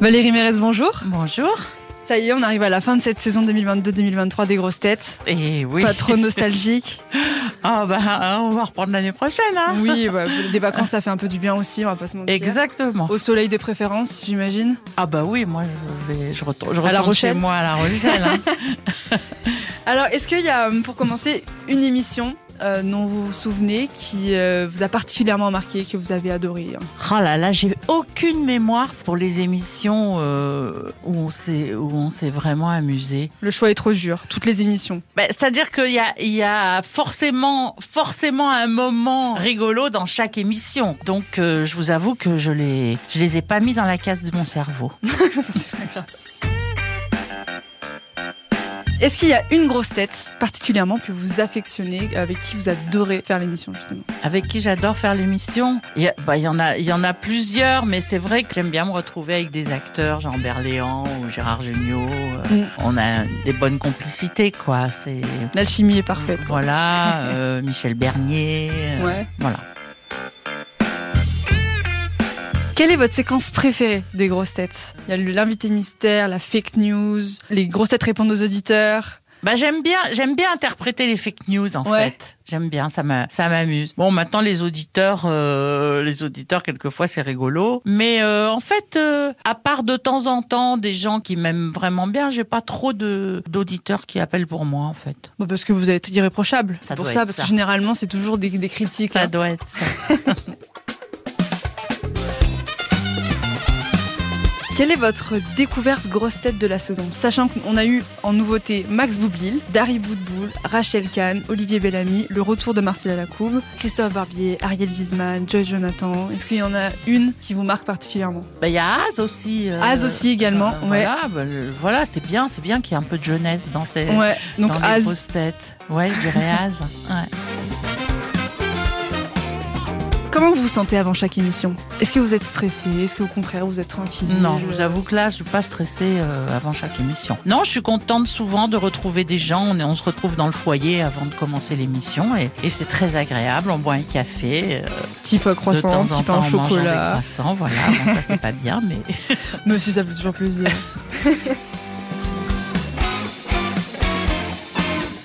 Valérie Mérez, bonjour. Bonjour. Ça y est, on arrive à la fin de cette saison 2022-2023 des grosses têtes. Et oui. Pas trop nostalgique. Ah bah, on va reprendre l'année prochaine. Hein Oui, bah, des vacances, ça fait un peu du bien aussi, on va pas se mentir. Exactement. Au soleil de préférence, j'imagine. Ah bah oui, moi je vais, je retourne, je À La retourne chez Rochelle moi à La Rochelle. hein. Alors, est-ce qu'il y a, pour commencer, une émission euh, dont vous vous souvenez qui euh, vous a particulièrement marqué, que vous avez adoré hein oh là là, j'ai aucune mémoire pour les émissions euh, où on s'est où on s'est vraiment amusé. Le choix est trop dur, toutes les émissions. Bah, C'est-à-dire qu'il y a, il y a forcément, forcément un moment rigolo dans chaque émission. Donc, euh, je vous avoue que je les, je les ai pas mis dans la case de mon cerveau. Est-ce qu'il y a une grosse tête particulièrement que vous affectionnez, avec qui vous adorez faire l'émission, justement Avec qui j'adore faire l'émission. Il y, a- bah, il y en a, il y en a plusieurs, mais c'est vrai que j'aime bien me retrouver avec des acteurs, Jean Berléand ou Gérard Jugnot. Euh, Mm. On a des bonnes complicités, quoi. C'est L'alchimie est parfaite. quoi. Voilà, euh, Michel Bernier. euh, Ouais. Voilà. Quelle est votre séquence préférée des grosses têtes Il y a le- l'invité mystère, la fake news, les grosses têtes répondent aux auditeurs. Bah, j'aime bien, j'aime bien interpréter les fake news en Ouais. fait. J'aime bien, ça m'a- ça m'amuse. Bon, maintenant les auditeurs, euh, les auditeurs quelquefois c'est rigolo, mais euh, en fait, euh, à part de temps en temps des gens qui m'aiment vraiment bien, j'ai pas trop de d'auditeurs qui appellent pour moi en fait. Bah, parce que vous êtes irréprochable. Ça C'est pour doit ça, être parce ça. que généralement, c'est toujours des, des critiques. Ça hein. doit être ça. Quelle est votre découverte grosse tête de la saison Sachant qu'on a eu en nouveauté Max Boublil, Dari Boudboul, Rachel Kahn, Olivier Bellamy, le retour de Marcella Lacoube, Christophe Barbier, Ariel Wiesman, Joyce Jonathan. Est-ce qu'il y en a une qui vous marque particulièrement Bah, il y a Az aussi. euh, Az aussi également, euh, ouais. Voilà, bah, le- voilà, c'est bien, c'est bien qu'il y ait un peu de jeunesse dans ces. Ouais, donc dans les Az. grosses têtes. Ouais, je dirais Az. Ouais. Comment vous vous sentez avant chaque émission Est-ce que vous êtes stressé Est-ce que au contraire vous êtes tranquille Non, je Je- vous avoue que là, je suis pas stressée euh, avant chaque émission. Non, je suis contente souvent de retrouver des gens. On, est- on se retrouve dans le foyer avant de commencer l'émission et, et c'est très agréable. On boit un café, euh, Petit pain de temps croissant, en petit pain temps, au on mange un chocolat. croissant. Voilà, bon, ça c'est pas bien, mais Monsieur, ça fait toujours plaisir.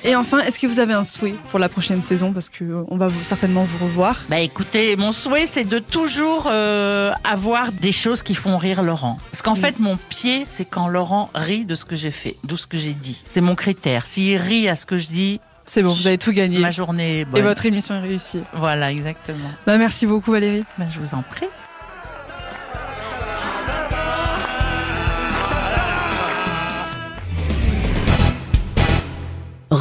Et enfin, est-ce que vous avez un souhait pour la prochaine saison Parce que euh, on va vous- certainement vous revoir. Bah écoutez, mon souhait c'est de toujours euh, avoir des choses qui font rire Laurent. Parce qu'en Mm. fait, mon pied, c'est quand Laurent rit de ce que j'ai fait, de ce que j'ai dit. C'est mon critère. S'il rit à ce que je dis, C'est bon, vous avez tout gagné. ma journée est bonne. Et votre émission est réussie. Voilà, exactement. Bah, merci beaucoup Valérie. Bah, je vous en prie.